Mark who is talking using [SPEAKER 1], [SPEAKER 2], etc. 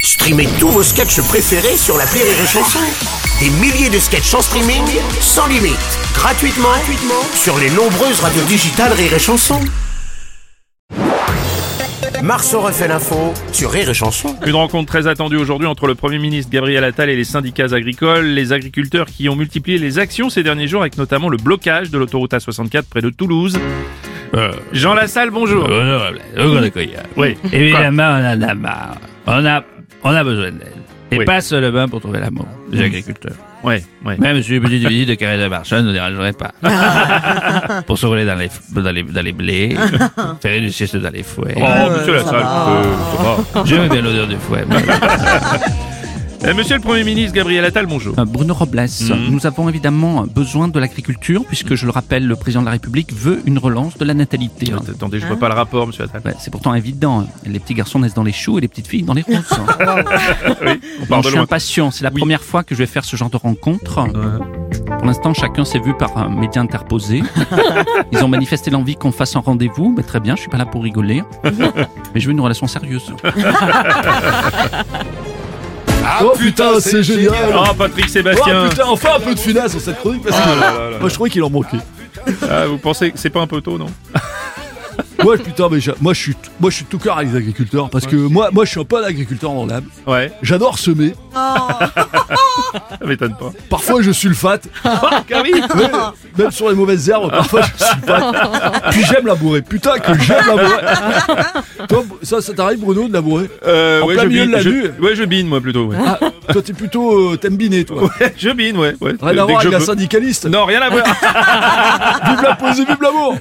[SPEAKER 1] Streamez tous vos sketchs préférés sur la Rire et Chanson. Des milliers de sketchs en streaming, sans limite, gratuitement, gratuitement sur les nombreuses radios digitales Rire et Chanson. Marceau refait l'info sur Rire et Chanson.
[SPEAKER 2] Une rencontre très attendue aujourd'hui entre le Premier ministre Gabriel Attal et les syndicats agricoles, les agriculteurs qui ont multiplié les actions ces derniers jours avec notamment le blocage de l'autoroute A64 près de Toulouse.
[SPEAKER 3] Euh,
[SPEAKER 2] Jean Lassalle, bonjour.
[SPEAKER 4] Euh,
[SPEAKER 3] honorable, honorable Cognard.
[SPEAKER 2] Oui.
[SPEAKER 3] Évidemment, on en a marre. On a, on a besoin d'aide. Et
[SPEAKER 2] Oui. Mm.
[SPEAKER 3] pas seulement pour trouver l'amour des agriculteurs.
[SPEAKER 2] Ouais, ouais.
[SPEAKER 3] Même si une petite visite de carré de marchand ne dérangerait pas. pour se voler dans les, f- dans les, dans les blés, faire une sieste dans les fouets.
[SPEAKER 2] Oh, monsieur Lassalle, euh, ça
[SPEAKER 3] J'aime bien l'odeur du fouet. mais-
[SPEAKER 2] va. Euh, monsieur le Premier ministre Gabriel Attal, bonjour.
[SPEAKER 4] Euh, Bruno Robles,
[SPEAKER 3] Mm.
[SPEAKER 4] nous avons évidemment besoin de l'agriculture, puisque je le rappelle, le président de la République veut une relance de la natalité.
[SPEAKER 2] Att- Euh, Attendez,
[SPEAKER 5] Hein
[SPEAKER 2] je vois pas le rapport, monsieur Attal.
[SPEAKER 4] Ouais, c'est pourtant évident, les petits garçons naissent dans les choux et les petites filles dans les roses.
[SPEAKER 2] On part
[SPEAKER 4] Donc,
[SPEAKER 2] de
[SPEAKER 4] je suis
[SPEAKER 2] loin.
[SPEAKER 4] impatient, c'est la
[SPEAKER 2] Oui.
[SPEAKER 4] première fois que je vais faire ce genre de rencontre.
[SPEAKER 2] Euh,
[SPEAKER 4] Pour l'instant, chacun s'est vu par un média interposé. Ils ont manifesté l'envie qu'on fasse un rendez-vous, mais très bien, je suis pas là pour rigoler. Mais je veux une relation sérieuse.
[SPEAKER 5] Ah putain, c'est génial
[SPEAKER 2] Oh, Patrick Sébastien.
[SPEAKER 5] Oh putain, enfin un peu de finesse dans cette chronique parce que
[SPEAKER 2] Ah, là, là, là.
[SPEAKER 5] moi je croyais qu'il en manquait.
[SPEAKER 2] Ah, vous pensez que c'est pas un peu tôt, non
[SPEAKER 5] Moi putain, mais j'a- moi je suis, moi je suis tout cœur avec les agriculteurs parce que moi, moi je suis un peu un agriculteur dans l'âme.
[SPEAKER 2] Ouais,
[SPEAKER 5] J'adore semer.
[SPEAKER 2] ça m'étonne pas.
[SPEAKER 5] Parfois je sulfate,
[SPEAKER 2] Ah oui
[SPEAKER 5] mais, euh, même sur les mauvaises herbes. Parfois je sulfate. Puis j'aime labourer. Putain que j'aime labourer. Toi, ça, ça t'arrive Bruno de labourer
[SPEAKER 2] euh,
[SPEAKER 5] En
[SPEAKER 2] ouais,
[SPEAKER 5] plein
[SPEAKER 2] je
[SPEAKER 5] milieu de
[SPEAKER 2] bine,
[SPEAKER 5] la
[SPEAKER 2] je-
[SPEAKER 5] nuit.
[SPEAKER 2] Ouais, je bine, moi, plutôt. Ouais,
[SPEAKER 5] Ah, Toi t'es plutôt euh, t'aimes biner toi.
[SPEAKER 2] Ouais, je bine, ouais. ouais.
[SPEAKER 5] Rien
[SPEAKER 2] Dès
[SPEAKER 5] à
[SPEAKER 2] que
[SPEAKER 5] voir
[SPEAKER 2] je
[SPEAKER 5] avec un
[SPEAKER 2] peux.
[SPEAKER 5] syndicaliste.
[SPEAKER 2] Non, rien à voir.
[SPEAKER 5] Vive la poésie, vive l'amour